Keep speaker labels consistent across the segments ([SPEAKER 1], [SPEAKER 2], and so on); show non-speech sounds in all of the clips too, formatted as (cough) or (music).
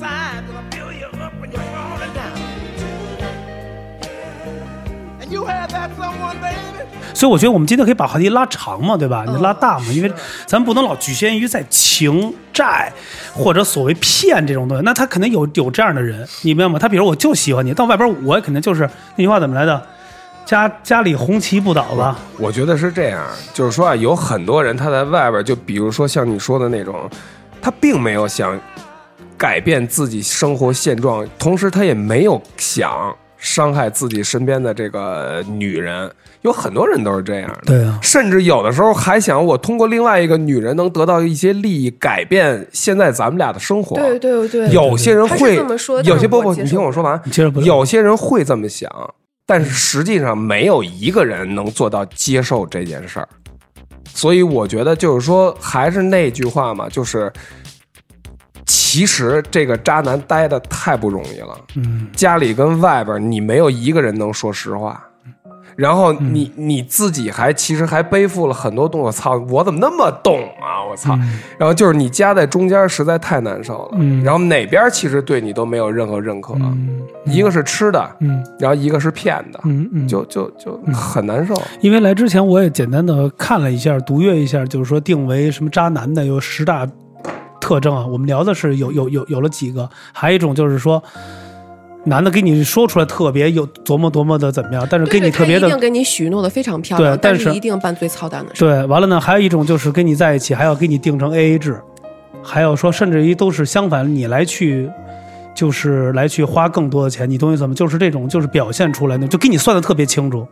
[SPEAKER 1] side gonna build you up when you're falling down. And you had that someone, baby.
[SPEAKER 2] 所以我觉得我们今天可以把话题拉长嘛，对吧？你拉大嘛，因为咱不能老局限于在情债或者所谓骗这种东西。那他肯定有有这样的人，你明白吗？他比如我就喜欢你，到外边我肯定就是那句话怎么来的？家家里红旗不倒吧？
[SPEAKER 3] 我觉得是这样，就是说啊，有很多人他在外边，就比如说像你说的那种，他并没有想改变自己生活现状，同时他也没有想伤害自己身边的这个女人。有很多人都是这样的，
[SPEAKER 2] 对啊
[SPEAKER 3] 甚至有的时候还想我通过另外一个女人能得到一些利益，改变现在咱们俩的生活。
[SPEAKER 4] 对对对，
[SPEAKER 3] 有些人
[SPEAKER 4] 他是
[SPEAKER 3] 会
[SPEAKER 4] 这么说，但
[SPEAKER 3] 有些
[SPEAKER 4] 是
[SPEAKER 3] 不
[SPEAKER 4] 我
[SPEAKER 3] 不，
[SPEAKER 4] 接
[SPEAKER 3] 你
[SPEAKER 4] 受
[SPEAKER 3] 听我
[SPEAKER 4] 不嗯
[SPEAKER 3] 说完，
[SPEAKER 2] 你接着不是
[SPEAKER 3] 有些人会这么想，但是实际上没有一个人能做到接受这件事儿。所以我觉得就是说，还是那句话嘛，就是其实这个渣男待的太不容易了，
[SPEAKER 2] 嗯，
[SPEAKER 3] 家里跟外边儿你没有一个人能说实话。然后你
[SPEAKER 2] 嗯
[SPEAKER 3] 你自己还其实还背负了很多东西，我操，我怎么那么懂啊，我操！然后就是你夹在中间实在太难受了，
[SPEAKER 2] 嗯
[SPEAKER 3] 然后哪边其实对你都没有任何认可，
[SPEAKER 2] 嗯
[SPEAKER 3] 一个是吃的，
[SPEAKER 2] 嗯
[SPEAKER 3] 然后一个是骗的，
[SPEAKER 2] 嗯嗯，
[SPEAKER 3] 就就就很难受。
[SPEAKER 2] 因为来之前我也简单的看了一下，读阅一下，就是说定为什么渣男的有十大特征啊。我们聊的是有有有有了几个，还有一种就是说，男的给你说出来特别有琢磨琢磨的怎么样，但是
[SPEAKER 4] 对
[SPEAKER 2] 给你
[SPEAKER 4] 对
[SPEAKER 2] 特别
[SPEAKER 4] 他
[SPEAKER 2] 的
[SPEAKER 4] 一定给你许诺的非常漂亮，
[SPEAKER 2] 对但
[SPEAKER 4] 但
[SPEAKER 2] 是
[SPEAKER 4] 一定办最操蛋的事。
[SPEAKER 2] 对，完了呢，还有一种就是跟你在一起还要给你定成 A A 制，还有说甚至于都是相反，你来去。就是来去花更多的钱，你东西怎么就是这种，就是表现出来的，就给你算的特别清楚，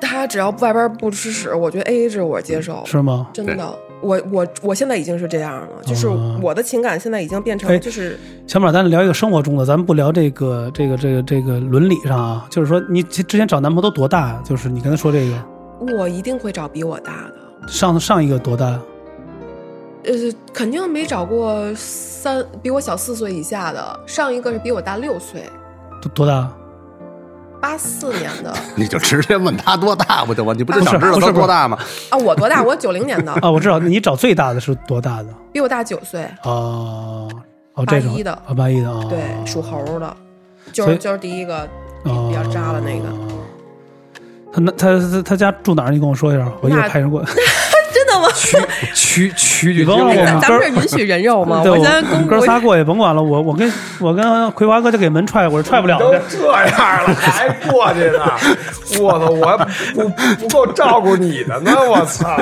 [SPEAKER 4] 他只要外边不吃屎，我觉得 A A 制我接受，
[SPEAKER 2] 是吗？
[SPEAKER 4] 真的。我我我现在已经是这样了，就是
[SPEAKER 2] 嗯
[SPEAKER 4] 我的情感现在已经变
[SPEAKER 2] 哎
[SPEAKER 4] 成就是
[SPEAKER 2] 小马，咱聊一个生活中的，咱们不聊这个这个这个这个伦理上啊。就是说，你之之前找男朋友都多大啊？就是你跟他说这个，
[SPEAKER 4] 我一定会找比我大的。
[SPEAKER 2] 上上一个多大？
[SPEAKER 4] 呃，肯定没找过三比我小四岁以下的，上一个是比我大六岁，
[SPEAKER 2] 多多大？
[SPEAKER 4] 八四年的
[SPEAKER 5] (laughs) 你就直接问他多大不就完？你不就
[SPEAKER 2] 不是
[SPEAKER 5] 想知
[SPEAKER 2] 不
[SPEAKER 5] 道
[SPEAKER 2] 是
[SPEAKER 5] 他
[SPEAKER 2] 不是
[SPEAKER 5] 多大吗？
[SPEAKER 4] 啊，我多大？我九零年的，
[SPEAKER 2] 啊，我知道，你找最大的是多大的？
[SPEAKER 4] 比我大九岁，
[SPEAKER 2] 哦哦，这种
[SPEAKER 4] 八一的
[SPEAKER 2] 啊，八一的啊，哦
[SPEAKER 4] 对，属猴的，就
[SPEAKER 2] 所
[SPEAKER 4] 是
[SPEAKER 2] 以
[SPEAKER 4] 就是第一个比
[SPEAKER 2] 哦
[SPEAKER 4] 比较渣的那个，
[SPEAKER 2] 他那他他他家住哪儿？你跟我说一下，我一会儿
[SPEAKER 4] 那
[SPEAKER 2] 派人过来。
[SPEAKER 4] 真的吗？
[SPEAKER 3] 区
[SPEAKER 2] (laughs)
[SPEAKER 3] 区
[SPEAKER 2] 你
[SPEAKER 3] 区
[SPEAKER 4] (laughs)
[SPEAKER 2] 甭管我们
[SPEAKER 4] 咱们这允许人肉吗？
[SPEAKER 2] 啊对
[SPEAKER 4] 我现在
[SPEAKER 2] 我
[SPEAKER 4] 公
[SPEAKER 2] 们哥仨过去，甭管了，我我跟我跟葵花哥就给门踹，我是踹不了
[SPEAKER 3] 都
[SPEAKER 2] 的。
[SPEAKER 3] 这样了还过去呢，我操，我还不不够照顾你的呢，我操，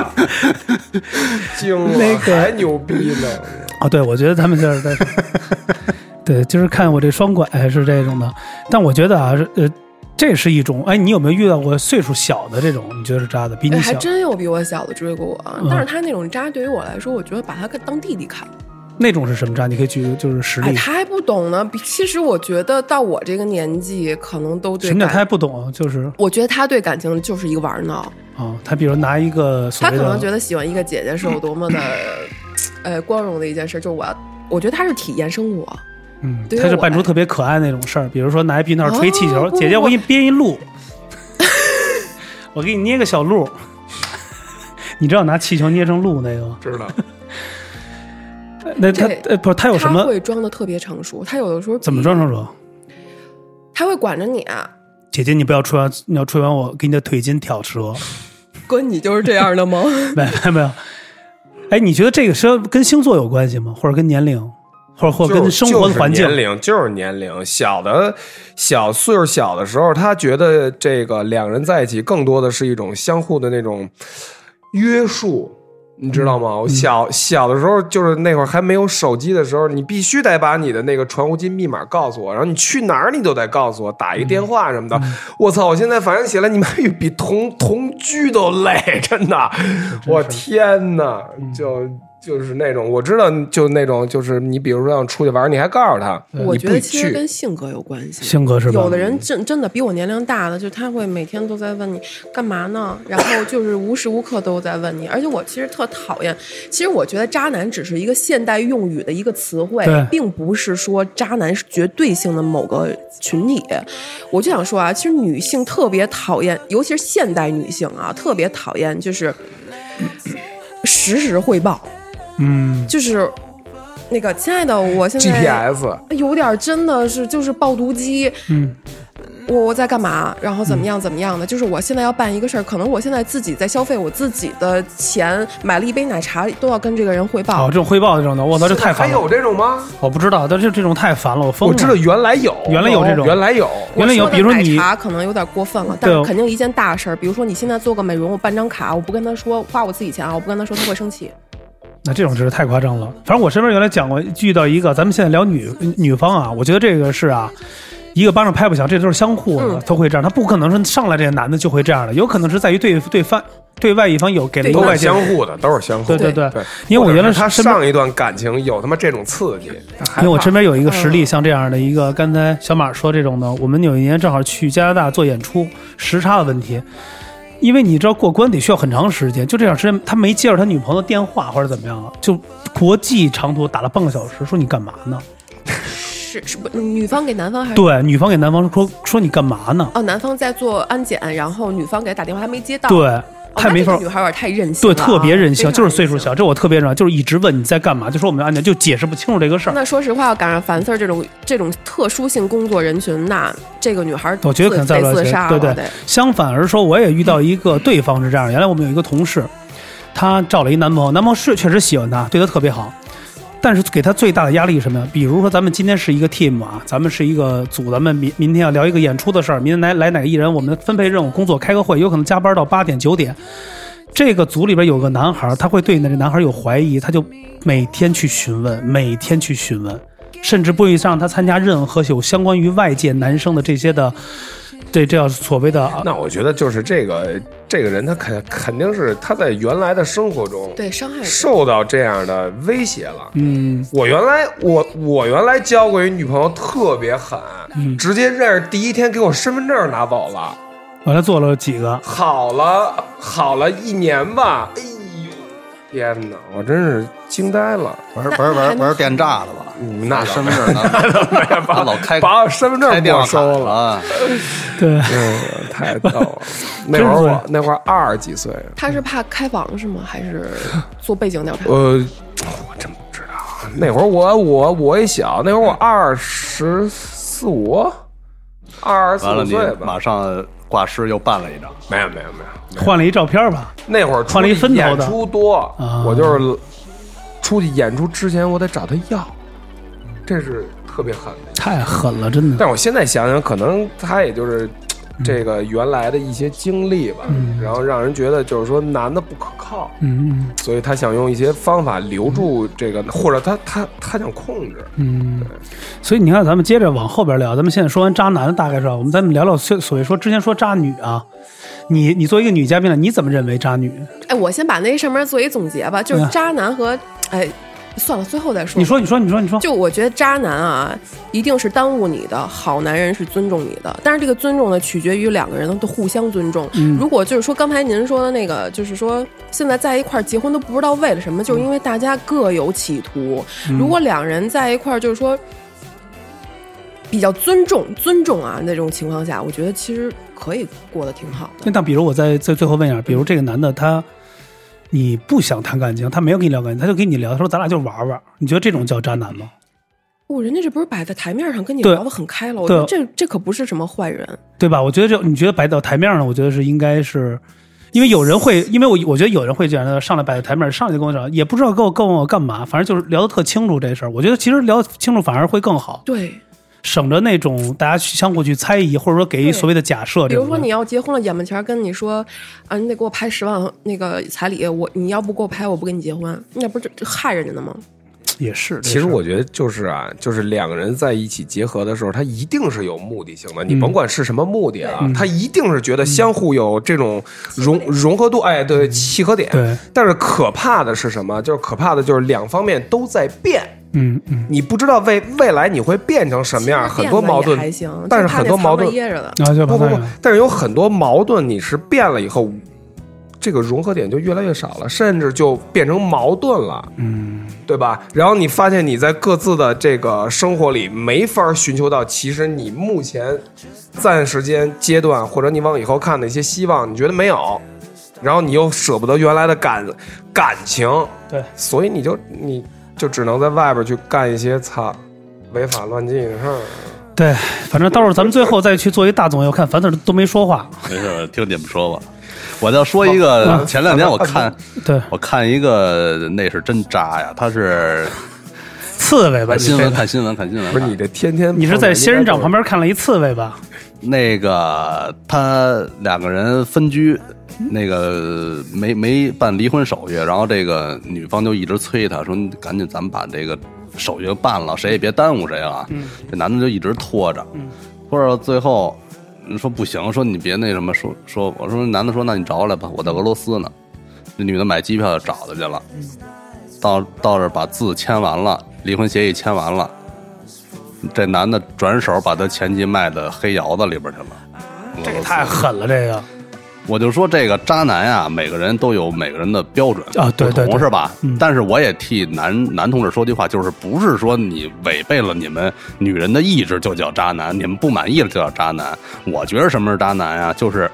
[SPEAKER 3] 惊了，
[SPEAKER 2] 那个
[SPEAKER 3] 还牛逼呢。
[SPEAKER 2] 哦，对，我觉得他们就是在，对，就是看我这双拐是这种的，但我觉得啊，是呃，这是一种，哎，你有没有遇到过岁数小的这种？你觉得是渣的，比
[SPEAKER 4] 哎
[SPEAKER 2] 你
[SPEAKER 4] 还
[SPEAKER 2] 小
[SPEAKER 4] 真有比我小的追过我，啊
[SPEAKER 2] 嗯
[SPEAKER 4] 但是他那种渣对于我来说，我觉得把他当弟弟看。
[SPEAKER 2] 那种是什么渣？你可以举就是实
[SPEAKER 4] 哎，
[SPEAKER 2] 例，
[SPEAKER 4] 他还不懂呢。比其实我觉得到我这个年纪，可能都对
[SPEAKER 2] 什么叫
[SPEAKER 4] 感
[SPEAKER 2] 他还不懂？就是
[SPEAKER 4] 我觉得他对感情就是一个玩儿闹，
[SPEAKER 2] 啊，他比如拿一个所
[SPEAKER 4] 他
[SPEAKER 2] 谓
[SPEAKER 4] 可
[SPEAKER 2] 的，
[SPEAKER 4] 能觉得喜欢一个姐姐是有多
[SPEAKER 2] (laughs)
[SPEAKER 4] 么的，呃，光荣的一件事。就是我要，我觉得他是体验生活，
[SPEAKER 2] 嗯，
[SPEAKER 4] 对于
[SPEAKER 2] 他是
[SPEAKER 4] 我
[SPEAKER 2] 扮出
[SPEAKER 4] 来
[SPEAKER 2] 特别可爱那种事儿，比如说拿一避那儿吹气球，
[SPEAKER 4] 哦不
[SPEAKER 2] 姐姐，
[SPEAKER 4] 不
[SPEAKER 2] 我给你编一路，我给你捏个小鹿， (laughs) 你知道拿气球捏成鹿那个吗？
[SPEAKER 3] 知道，
[SPEAKER 2] 那他
[SPEAKER 4] 这
[SPEAKER 2] 呃不是他有什
[SPEAKER 4] 他
[SPEAKER 2] 么
[SPEAKER 4] 会装的特别成熟。他有的时候
[SPEAKER 2] 怎么装成熟？
[SPEAKER 4] 他会管着你、啊，
[SPEAKER 2] 姐姐，你不要吹完，你要吹完我给你的腿筋挑折。
[SPEAKER 4] 哥，你就是这样的吗？
[SPEAKER 2] (laughs) 没有没有，哎，你觉得这个是跟星座有关系吗？或者跟年龄，或者或者跟生活的环境？
[SPEAKER 3] 就是年龄就是年龄，小的小岁数小的时候，他觉得这个两人在一起更多的是一种相互的那种约束。你知道
[SPEAKER 2] 嗯
[SPEAKER 3] 吗？我小小的时候，就是那会儿还没有手机的时候，你必须得把你的那个传呼机密码告诉我，然后你去哪儿你都得告诉我，打一个电话什么的。
[SPEAKER 2] 嗯
[SPEAKER 3] 我操！我现在反正起来，你妈逼比同同居都累，真的！我天哪，
[SPEAKER 2] 嗯
[SPEAKER 3] 就就是那种我知道，就那种就是你比如说要出去玩，你还告诉他，
[SPEAKER 2] 嗯
[SPEAKER 4] 我
[SPEAKER 3] 你
[SPEAKER 4] 觉
[SPEAKER 3] 不
[SPEAKER 4] 得其实跟
[SPEAKER 3] 去。
[SPEAKER 4] 性格有关系。
[SPEAKER 2] 性格是吧？
[SPEAKER 4] 有的人真真的比我年龄大的，就他会每天都在问你干嘛呢，然后就是无时无刻都在问你，而且我其实特讨厌。其实我觉得渣男只是一个现代用语的一个词汇
[SPEAKER 2] 对，
[SPEAKER 4] 并不是说渣男是绝对性的某个群体。我就想说啊，其实女性特别讨厌，尤其是现代女性啊，特别讨厌就是实时汇报。
[SPEAKER 2] 嗯，
[SPEAKER 4] 就是那个亲爱的，我现在
[SPEAKER 3] GPS
[SPEAKER 4] 有点真的是就是暴毒机，
[SPEAKER 2] 嗯，
[SPEAKER 4] 我我在干嘛，然后怎么样怎么样的，就是我现在要办一个事儿，可能我现在自己在消费我自己的钱，买了一杯奶茶都要跟这个人汇
[SPEAKER 2] 哦，
[SPEAKER 4] 报
[SPEAKER 2] 这。种汇报这种的，我操，这太
[SPEAKER 3] 还
[SPEAKER 2] 烦了
[SPEAKER 3] 有。这种吗？
[SPEAKER 2] 我不知道，但是这种太烦了，我疯
[SPEAKER 3] 我
[SPEAKER 2] 了。
[SPEAKER 3] 知道原来有，
[SPEAKER 2] 原来有这种
[SPEAKER 3] 原来有。
[SPEAKER 2] 原来有，
[SPEAKER 4] 我说的
[SPEAKER 2] 比如说你
[SPEAKER 4] 奶茶可能有点过分了，但
[SPEAKER 2] 对
[SPEAKER 4] 是
[SPEAKER 2] 哦
[SPEAKER 4] 肯定一件大事儿。比如说你现在做个美容，我办张卡，我不跟他说花我自己钱啊，我不跟他说他会生气。
[SPEAKER 2] 那这种真是太夸张了。反正我身边原来讲过，遇到一个，咱们现在聊女女方啊，我觉得这个是啊，一个巴掌拍不响，这都是相互的，
[SPEAKER 4] 嗯
[SPEAKER 2] 都会这样。他不可能是上来这个男的就会这样的，有可能是在于对对方对外一方有给了一个
[SPEAKER 3] 都
[SPEAKER 2] 外
[SPEAKER 3] 是
[SPEAKER 2] 界
[SPEAKER 3] 相。互的，都是相互
[SPEAKER 2] 对对
[SPEAKER 3] 的。
[SPEAKER 4] 对
[SPEAKER 2] 对，因为我原来他身边，
[SPEAKER 3] 上一段感情有他妈这种刺激，
[SPEAKER 2] 因为我身边有一个实
[SPEAKER 4] 嗯
[SPEAKER 2] 力像这样的一个，刚才小马说这种的，我们有一年正好去加拿大做演出，时差的问题。因为你知道过关得需要很长时间，就这段时间他没接着他女朋友的电话或者怎么样了，就国际长途打了半个小时，说你干嘛呢？
[SPEAKER 4] 是是不？女方给男方还是？
[SPEAKER 2] 对，女方给男方说说你干嘛呢？
[SPEAKER 4] 哦，男方在做安检，然后女方给他打电话还没接到。哦，
[SPEAKER 2] 对，太
[SPEAKER 4] 那
[SPEAKER 2] 没
[SPEAKER 4] 这
[SPEAKER 2] 法
[SPEAKER 4] 个
[SPEAKER 2] 儿。
[SPEAKER 4] 女孩有点太任性
[SPEAKER 2] 对，
[SPEAKER 4] 了啊，
[SPEAKER 2] 特别任性，
[SPEAKER 4] 非常
[SPEAKER 2] 就是岁数
[SPEAKER 4] 任性
[SPEAKER 2] 小，这我特别认，就是一直问你在干嘛，就说我们的安检，就解释不清楚这个事儿。
[SPEAKER 4] (laughs) 那说实话，要赶上樊 Sir 这种这种特殊性工作人群，那这个女孩儿
[SPEAKER 2] 我觉得可能在
[SPEAKER 4] 自
[SPEAKER 2] 乱
[SPEAKER 4] 自
[SPEAKER 2] 写
[SPEAKER 4] 杀
[SPEAKER 2] 对对
[SPEAKER 4] 了，得
[SPEAKER 2] 相反而说，我也遇到一个对方是这样，原来我们有一个同事，她找了一男朋友，男朋友是确实喜欢她，对她特别好，但是给她最大的压力是什么呀？比如说咱们今天是一个 team 啊，咱们是一个组，咱们明明天要聊一个演出的事儿，明天来来哪个艺人，我们分配任务、工作、开个会，有可能加班到八点九点。这个组里边有个男孩儿，他会对那个男孩儿有怀疑，他就每天去询问，每天去询问，甚至不允许让他参加任何有相关于外界男生的这些的，这这叫所谓的呃
[SPEAKER 3] 那我觉得就是这个这个人，他肯肯定是他在原来的生活中
[SPEAKER 4] 对伤害人
[SPEAKER 3] 受到这样的威胁了。
[SPEAKER 2] 嗯，
[SPEAKER 3] 我原来我我原来交过一女朋友特别狠，
[SPEAKER 2] 嗯
[SPEAKER 3] 直接认识第一天给我身份证拿走了。
[SPEAKER 2] 完了做了几个，
[SPEAKER 3] 好了好了一年吧，哎呦天哪，我真是惊呆了。
[SPEAKER 5] 玩玩玩玩电诈了吧？
[SPEAKER 3] 嗯那倒
[SPEAKER 5] 拿身份
[SPEAKER 3] (laughs)
[SPEAKER 5] 证呢？把老开
[SPEAKER 3] 把我身份
[SPEAKER 5] 开
[SPEAKER 3] 证
[SPEAKER 5] 电
[SPEAKER 3] 没
[SPEAKER 5] 话卡
[SPEAKER 3] 收
[SPEAKER 5] 了
[SPEAKER 3] 了，
[SPEAKER 5] 啊！
[SPEAKER 2] 对，
[SPEAKER 3] 嗯，太
[SPEAKER 2] (laughs)
[SPEAKER 3] 逗了。那会儿我那会儿二十几岁，
[SPEAKER 4] 他是怕开房是吗？还
[SPEAKER 2] (laughs)
[SPEAKER 4] 是做背景调查？
[SPEAKER 3] 呃，我真不知道。那会儿我我我也小，那会儿我二十四五，二十四
[SPEAKER 5] 完了，
[SPEAKER 3] 五
[SPEAKER 5] 你
[SPEAKER 3] 岁
[SPEAKER 5] 马
[SPEAKER 3] 吧。
[SPEAKER 5] 上挂失又办了一张，
[SPEAKER 3] 没有没有没有，
[SPEAKER 2] 换了一照片吧，
[SPEAKER 3] 那会儿出
[SPEAKER 2] 换了一
[SPEAKER 3] 去
[SPEAKER 2] 分头的
[SPEAKER 3] 演出多
[SPEAKER 2] 啊，
[SPEAKER 3] 我就是出去演出之前我得找他要，这是特别狠的。
[SPEAKER 2] 太狠了，真的。
[SPEAKER 3] 但我现在想想，可能他也就是。
[SPEAKER 5] 嗯
[SPEAKER 3] 这个原来的一些经历吧，然后让人觉得就是说男的不可靠，
[SPEAKER 2] 嗯
[SPEAKER 3] 所以他想用一些方法留住这个，或者他他他想控制，
[SPEAKER 2] 嗯，所以你看，咱们接着往后边聊，咱们现在说完渣男，大概是吧？我们咱们聊聊所所谓说之前说渣女啊，你你作为一个女嘉宾了，你怎么认为渣女？
[SPEAKER 4] 哎，我先把那上面做一总结吧，就是渣男和哎，算了，最后再说。
[SPEAKER 2] 嗯你说，你说，你说，你说，
[SPEAKER 4] 就我觉得渣男啊，一定是耽误你的。好男人是尊重你的，但是这个尊重呢，取决于两个人的互相尊重。
[SPEAKER 2] 嗯
[SPEAKER 4] 如果就是说刚才您说的那个，就是说现在在一块儿结婚都不知道为了什么，就是因为大家各有企图。
[SPEAKER 2] 嗯
[SPEAKER 4] 如果两人在一块儿，就是说比较尊重尊重啊那种情况下，我觉得其实可以过得挺好的
[SPEAKER 2] 那。那比如我再再最后问一下，比如这个男的他，你不想谈感情，他没有跟你聊感情，他就跟你聊，他说咱俩就玩玩，你觉得这种叫渣男吗？
[SPEAKER 4] 哦，人家这不是摆在台面上跟你
[SPEAKER 2] 对
[SPEAKER 4] 聊得很开了，我觉得
[SPEAKER 2] 对
[SPEAKER 4] 这这可不是什么坏人。
[SPEAKER 2] 对吧？我觉得这你觉得摆到台面上，我觉得是应该是，因为有人会，因为我我觉得有人会这样的上来摆到台面上，上来就跟我讲，也不知道跟我跟我干嘛，反正就是聊得特清楚这事儿。我觉得其实聊清楚反而会更好，
[SPEAKER 4] 对，
[SPEAKER 2] 省着那种大家去相互去猜疑，或者说给一
[SPEAKER 4] 对
[SPEAKER 2] 所谓的假设
[SPEAKER 4] 比
[SPEAKER 2] 这种
[SPEAKER 4] 如
[SPEAKER 2] 的。
[SPEAKER 4] 说你要结婚了，眼门前跟你说啊，你得给我拍十万那个彩礼，我你要不给我拍，我不跟你结婚，那不是这害人家呢吗？
[SPEAKER 2] 也是，这
[SPEAKER 3] 其实
[SPEAKER 2] 事儿
[SPEAKER 3] 我觉得就是啊，就是两个人在一起结合的时候，他一定是有目的性
[SPEAKER 2] 嗯
[SPEAKER 3] 的。你甭管是什么目的啊，他一定是觉得相互有这种融融合度，哎，对，契合点。
[SPEAKER 2] 嗯对。
[SPEAKER 3] 但是可怕的是什么？就是可怕的就是两方面都在变，
[SPEAKER 2] 嗯嗯
[SPEAKER 3] 你不知道未未来你会变成什么样，
[SPEAKER 4] 其实
[SPEAKER 3] 很
[SPEAKER 4] 变
[SPEAKER 3] 多
[SPEAKER 4] 了
[SPEAKER 3] 矛
[SPEAKER 4] 也
[SPEAKER 3] 盾
[SPEAKER 4] 还行，，
[SPEAKER 3] 但是
[SPEAKER 4] 就怕
[SPEAKER 3] 很
[SPEAKER 4] 那
[SPEAKER 3] 多
[SPEAKER 4] 藏
[SPEAKER 3] 矛
[SPEAKER 4] 着
[SPEAKER 3] 盾
[SPEAKER 4] 掖着的。
[SPEAKER 2] 啊，就
[SPEAKER 3] 不
[SPEAKER 2] 把它
[SPEAKER 3] 不不，但是有很多矛盾，你是变了以后，这个融合点就越来越少了，甚至就变成矛盾了，
[SPEAKER 2] 嗯，
[SPEAKER 3] 对吧？然后你发现你在各自的这个生活里没法寻求到，其实你目前暂时间阶段，或者你往以后看的一些希望，你觉得没有，然后你又舍不得原来的感感情，
[SPEAKER 2] 对，
[SPEAKER 3] 所以你就你就只能在外边去干一些操违法乱纪的事儿。
[SPEAKER 2] 对，反正到时候咱们最后再去做一大总结，我看樊子都没说话。
[SPEAKER 5] 没事，听你们说吧。我就说一个，前两天我看，
[SPEAKER 2] 对，
[SPEAKER 5] 我看一个，那是真渣呀，他
[SPEAKER 3] (laughs)
[SPEAKER 5] 是
[SPEAKER 2] 刺猬吧，你
[SPEAKER 5] 看哎新
[SPEAKER 2] 这
[SPEAKER 5] 闻，
[SPEAKER 2] 个
[SPEAKER 5] 看新闻，看新闻。
[SPEAKER 3] 不是你这天天，
[SPEAKER 2] 你是在仙人掌旁边看了一刺猬吧？
[SPEAKER 5] 那个他两个人分居，那个没没办离婚手续，然后这个女方就一直催他说：“赶紧咱们把这个手续办了，谁也别耽误谁了。啊这男的就一直拖着，拖着到最后说不行，说你别那什么，说说我说男的说那你找我来吧，我在俄罗斯呢。这女的买机票就找他去了，到到这儿把字签完了，离婚协议签完了。这男的转手把他前妻卖到黑窑子里边去了。
[SPEAKER 2] 这也太狠了，这个
[SPEAKER 5] 我就说这个渣男啊，每个人都有每个人的标准
[SPEAKER 2] 啊对对
[SPEAKER 5] 不
[SPEAKER 2] 对嗯
[SPEAKER 5] 同是吧？但是我也替男男同志说句话，就是不是说你违背了你们女人的意志就叫渣男，你们不满意了就叫渣男。我觉得什么是渣男啊，就是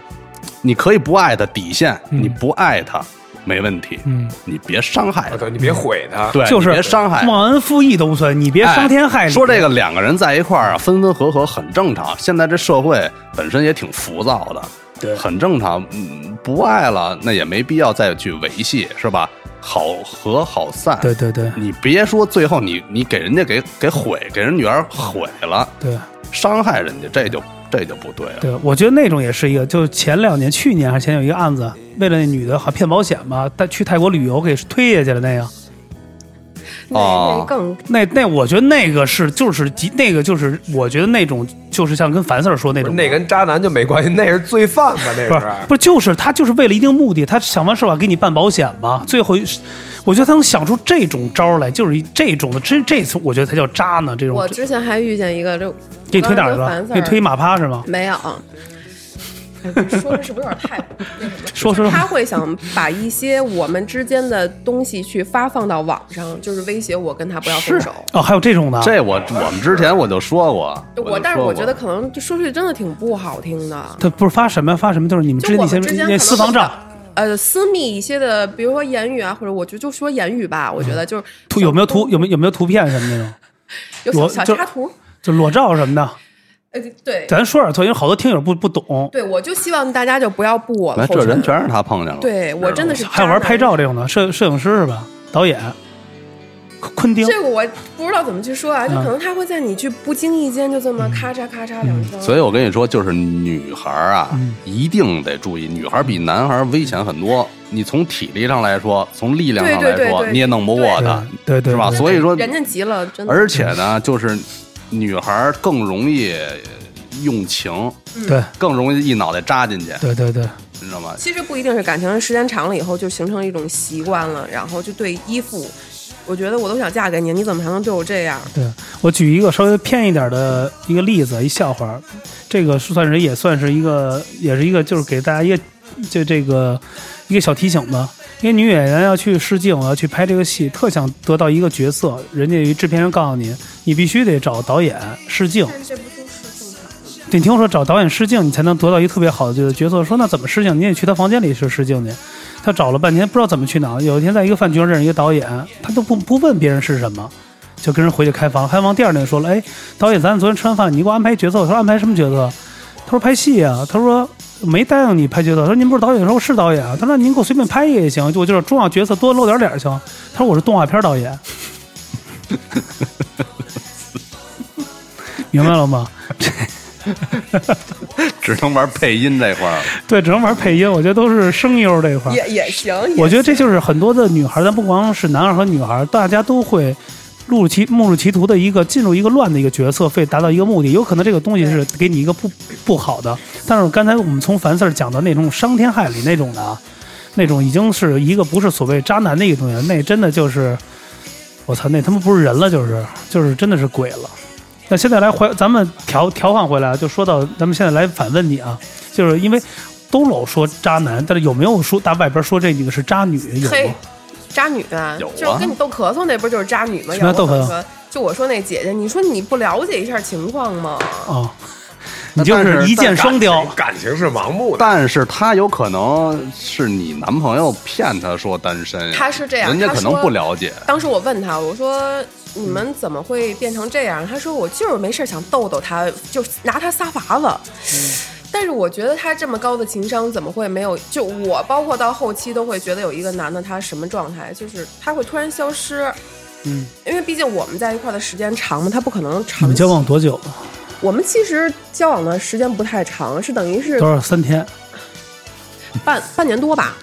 [SPEAKER 5] 你可以不爱他，底线你不爱他没问题，
[SPEAKER 2] 嗯，
[SPEAKER 5] 你别伤害
[SPEAKER 3] 啊，
[SPEAKER 5] 他，
[SPEAKER 3] 对你别毁它。
[SPEAKER 5] 对，
[SPEAKER 2] 就是
[SPEAKER 5] 你别伤害他。
[SPEAKER 2] 忘恩负义都无所谓，你别伤天害理。
[SPEAKER 5] 哎说这个两个人在一块儿啊，分分合合很正常。现在这社会本身也挺浮躁的，
[SPEAKER 2] 对
[SPEAKER 5] 很正常。嗯，不爱了那也没必要再去维系，是吧？好合好散。
[SPEAKER 2] 对对对
[SPEAKER 5] 你别说最后你你给人家给给毁，给人女儿毁了，
[SPEAKER 2] 对
[SPEAKER 5] 伤害人家，这就这就不对了。
[SPEAKER 2] 对，我觉得那种也是一个，就是前两年，去年还是前有一个案子，为了那女的好像骗保险嘛，带去泰国旅游给推下去了那个。
[SPEAKER 4] 那
[SPEAKER 5] 哦
[SPEAKER 4] 那更
[SPEAKER 2] 那那我觉得那个是就是极那个就是我觉得那种就是像跟樊四儿说那
[SPEAKER 3] 不是
[SPEAKER 2] 种
[SPEAKER 3] 那跟渣男就没关系，那是啊罪犯吧？那
[SPEAKER 2] 不是不是就是他就是为了一定目的，他想方设法给你办保险嘛。最后一，我觉得他能想出这种招儿来，就是一这种的，这这次我觉得才叫渣呢。这种
[SPEAKER 4] 我之前还遇见一个，就
[SPEAKER 2] 给你推哪儿去
[SPEAKER 4] 我刚才
[SPEAKER 2] 了
[SPEAKER 4] 跟樊？四
[SPEAKER 2] 给你推马趴是吗？
[SPEAKER 4] 没有。哎说的是不是有点太 (laughs) 那什么？
[SPEAKER 2] 说说
[SPEAKER 4] 他会想把一些我们之间的东西去发放到网上，就是威胁我跟他不要分手。
[SPEAKER 2] 哦，还有这种的，
[SPEAKER 5] 这我我们之前我就说过，
[SPEAKER 4] 我
[SPEAKER 5] 就
[SPEAKER 4] 但是
[SPEAKER 5] 说
[SPEAKER 4] 我
[SPEAKER 5] 过
[SPEAKER 4] 觉得可能就说出去真的挺不好听的。
[SPEAKER 2] 他不是发什么呀发什么，就是你们
[SPEAKER 4] 就
[SPEAKER 2] 之间
[SPEAKER 4] 我
[SPEAKER 2] 那
[SPEAKER 4] 们
[SPEAKER 2] 些
[SPEAKER 4] 之间
[SPEAKER 2] 那私房账，，
[SPEAKER 4] 呃，私密一些的，比如说言语啊，或者我就就说言语吧，我觉得就是
[SPEAKER 2] 图嗯有没有图有没有有没有图片什么那种，
[SPEAKER 4] 有
[SPEAKER 2] 我
[SPEAKER 4] 小
[SPEAKER 2] 就
[SPEAKER 4] 小插图。
[SPEAKER 2] 就裸照什么的。
[SPEAKER 4] 呃，对
[SPEAKER 2] 咱说点错，因为好多听友不不懂，
[SPEAKER 4] 对，我就希望大家就不要步我的
[SPEAKER 5] 哎，
[SPEAKER 4] 后
[SPEAKER 5] 这
[SPEAKER 4] 尘。
[SPEAKER 5] 人全是他碰见了。
[SPEAKER 4] 对我真的是
[SPEAKER 2] 还有玩
[SPEAKER 4] 渣男
[SPEAKER 2] 拍照这种的，摄摄影师是吧？导演，昆昆汀。
[SPEAKER 4] 这个我不知道怎么去说啊，就
[SPEAKER 2] 嗯
[SPEAKER 4] 可能他会在你去不经意间就这么咔嚓咔嚓两声。
[SPEAKER 5] 嗯所以我跟你说，就是女孩儿啊，
[SPEAKER 2] 嗯
[SPEAKER 5] 一定得注意，女孩儿比男孩儿危险很多。你从体力上来说，从力量上来说，
[SPEAKER 4] 对对对对
[SPEAKER 5] 你也弄不过她，
[SPEAKER 2] 对对对
[SPEAKER 5] 是吧？
[SPEAKER 2] 对
[SPEAKER 5] 所以说，
[SPEAKER 4] 人家急了，
[SPEAKER 2] 嗯
[SPEAKER 4] 真的。
[SPEAKER 5] 而且呢，就是女孩儿更容易用情，
[SPEAKER 2] 对
[SPEAKER 5] 更容易一脑袋扎进去，
[SPEAKER 2] 对对对，
[SPEAKER 5] 你知道吗？
[SPEAKER 4] 其实不一定是感情，时间长了以后就形成一种习惯了，然后就对依附。我觉得我都想嫁给你，你怎么还能对我这样？
[SPEAKER 2] 对我举一个稍微偏一点的一个例子，一笑话，这个是算是也算是一个，也是一个，就是给大家一个就这个一个小提醒吧。因为女演员要去试镜，我要去拍这个戏，特想得到一个角色，人家有一制片人告诉你，你必须得找导演试镜。对你听我说，找导演试镜，你才能得到一个特别好的这个角色。说那怎么试镜？你也去他房间里去试镜去。他找了半天，不知道怎么去哪儿。有一天在一个饭局上认识一个导演，他都不不问别人是什么，就跟人回去开房。开房第二天说了，哎，导演，咱昨天吃完饭，你给我安排角色。我说安排什么角色？他说拍戏啊。他说没答应你拍角色。他说您不是导演？我说我是导演啊。他说那您给我随便拍一个也行，就我就是重要角色多露点脸儿行。他说我是动画片导演。 (laughs) 明白了吗？
[SPEAKER 5] 只能玩配音这块儿。
[SPEAKER 2] 对，只能玩配音，我觉得都是声优这一块儿。
[SPEAKER 4] 也也行，
[SPEAKER 2] 我觉得这就是很多的女孩儿，咱不光是男孩儿和女孩儿，大家都会入其误入歧途的一个进入一个乱的一个角色，非达到一个目的。有可能这个东西是给你一个不不好的，但是刚才我们从樊四儿讲的那种伤天害理那种的啊，那种已经是一个不是所谓渣男的一个东西，那真的就是我操，那他妈不是人了，就是就是真的是鬼了。那现在来回，咱们调调换回来啊，就说到咱们现在来反问你啊，就是因为都老说渣男，但是有没有说大外边说这几个是渣女？有
[SPEAKER 4] 嘿
[SPEAKER 2] 吗？，
[SPEAKER 4] 渣女啊，
[SPEAKER 5] 有啊
[SPEAKER 4] 就是跟你逗咳嗽那不就是渣女吗？
[SPEAKER 2] 什么叫
[SPEAKER 4] 要不
[SPEAKER 2] 逗咳嗽
[SPEAKER 4] 我怎么说就我说那姐姐，你说你不了解一下情况吗？
[SPEAKER 2] 哦，你就
[SPEAKER 5] 但是
[SPEAKER 2] 一箭双雕。
[SPEAKER 3] 感情是盲目的，
[SPEAKER 5] 但是他有可能是你男朋友骗他说单身呀，
[SPEAKER 4] 他是这样
[SPEAKER 5] 人家
[SPEAKER 4] 他
[SPEAKER 5] 可能
[SPEAKER 4] 说
[SPEAKER 5] 不了解。
[SPEAKER 4] 当时我问他，我说嗯你们怎么会变成这样？他说我就是没事儿想逗逗他，就拿他撒法子。
[SPEAKER 2] 嗯
[SPEAKER 4] 但是我觉得他这么高的情商，怎么会没有？就我包括到后期都会觉得有一个男的他什么状态，就是他会突然消失。
[SPEAKER 2] 嗯，
[SPEAKER 4] 因为毕竟我们在一块儿的时间长嘛，他不可能
[SPEAKER 2] 你
[SPEAKER 4] 长
[SPEAKER 2] 们
[SPEAKER 4] 期
[SPEAKER 2] 交。往多久了？
[SPEAKER 4] 我们其实交往的时间不太长，是等于是
[SPEAKER 2] 多少？三天？ (laughs)
[SPEAKER 4] 半半年多吧。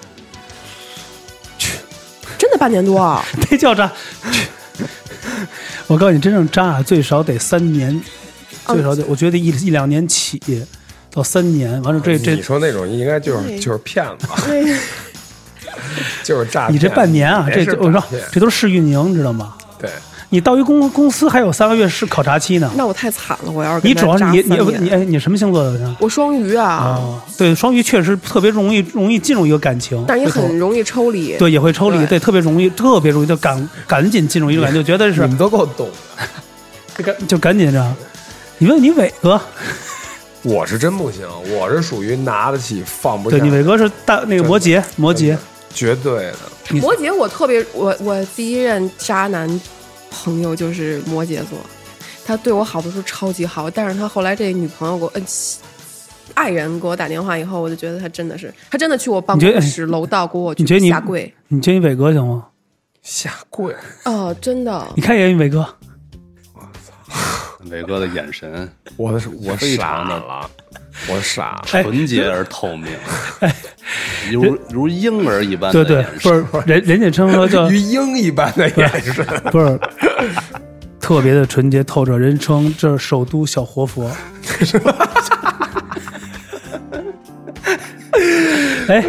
[SPEAKER 4] 真的半年
[SPEAKER 2] (laughs)
[SPEAKER 4] 多啊！
[SPEAKER 2] 那叫渣。我告诉你，真正渣啊，最少得三年，最少得，我觉得一一两年起到三年。完了，这这
[SPEAKER 3] 哎你说那种应该就是
[SPEAKER 4] 对
[SPEAKER 3] 就是骗子，
[SPEAKER 4] 对
[SPEAKER 3] (laughs) 就是诈骗。
[SPEAKER 2] 你这半年啊，
[SPEAKER 3] 也
[SPEAKER 2] 这
[SPEAKER 3] 是
[SPEAKER 2] 这我
[SPEAKER 3] 诈
[SPEAKER 2] 说
[SPEAKER 3] 骗
[SPEAKER 2] 这都是试运营，你知道吗？
[SPEAKER 3] 对，
[SPEAKER 2] 你到一公公司还有三个月是考察期呢。
[SPEAKER 4] 那我太惨了，我要是跟
[SPEAKER 2] 你
[SPEAKER 4] 他
[SPEAKER 2] 主要是
[SPEAKER 4] 扎
[SPEAKER 2] 你
[SPEAKER 4] 三
[SPEAKER 2] 你
[SPEAKER 4] 年
[SPEAKER 2] 你哎，你什么星座的？
[SPEAKER 4] 我双鱼啊，
[SPEAKER 2] 哦，对，双鱼确实特别容易容易进入一个感情，
[SPEAKER 4] 但是也
[SPEAKER 2] 会
[SPEAKER 4] 很
[SPEAKER 2] 投
[SPEAKER 4] 容易抽离。
[SPEAKER 2] 对，也会抽离，
[SPEAKER 4] 对
[SPEAKER 2] 对，特别容易，特别容易就赶赶紧进入一种感觉，觉得
[SPEAKER 3] 你
[SPEAKER 2] 是
[SPEAKER 3] 们
[SPEAKER 4] 嗯
[SPEAKER 3] 都够懂的，
[SPEAKER 2] 就赶紧着。你问你伟哥，
[SPEAKER 3] 我是真不行，我是属于拿得起放不下
[SPEAKER 2] 对，你伟哥是大那个摩羯，摩羯，
[SPEAKER 3] 绝对的。
[SPEAKER 2] 你
[SPEAKER 4] 摩羯，我特别，我我第一任渣男朋友就是摩羯座，他对我好的时候超级好，但是他后来这女朋友给我，呃，爱人给我打电话以后，我就觉得他真的是，他真的去我办
[SPEAKER 2] 你觉得
[SPEAKER 4] 公室楼道给我
[SPEAKER 2] 你觉得
[SPEAKER 4] 去
[SPEAKER 2] 你
[SPEAKER 4] 下跪，
[SPEAKER 2] 你觉得你伟哥行吗？
[SPEAKER 3] 下
[SPEAKER 2] (laughs)
[SPEAKER 3] 跪，
[SPEAKER 4] 哦，真的，
[SPEAKER 2] 你看一眼你伟哥，
[SPEAKER 4] 啊
[SPEAKER 5] 伟哥的眼神
[SPEAKER 3] 我的我
[SPEAKER 5] 非
[SPEAKER 3] 傻
[SPEAKER 5] 常的
[SPEAKER 3] 了，我傻。
[SPEAKER 2] 哎
[SPEAKER 5] 纯洁而透明，如如婴儿一般
[SPEAKER 2] 对
[SPEAKER 5] 的
[SPEAKER 2] 对
[SPEAKER 5] 眼，
[SPEAKER 2] 不
[SPEAKER 5] 神。
[SPEAKER 2] 是人人家称说
[SPEAKER 4] (laughs)
[SPEAKER 2] 叫
[SPEAKER 3] 鱼鹰一般的眼
[SPEAKER 2] (laughs)
[SPEAKER 3] 神，
[SPEAKER 2] 不是特别的纯洁透彻，人称这是首都小活佛。哎，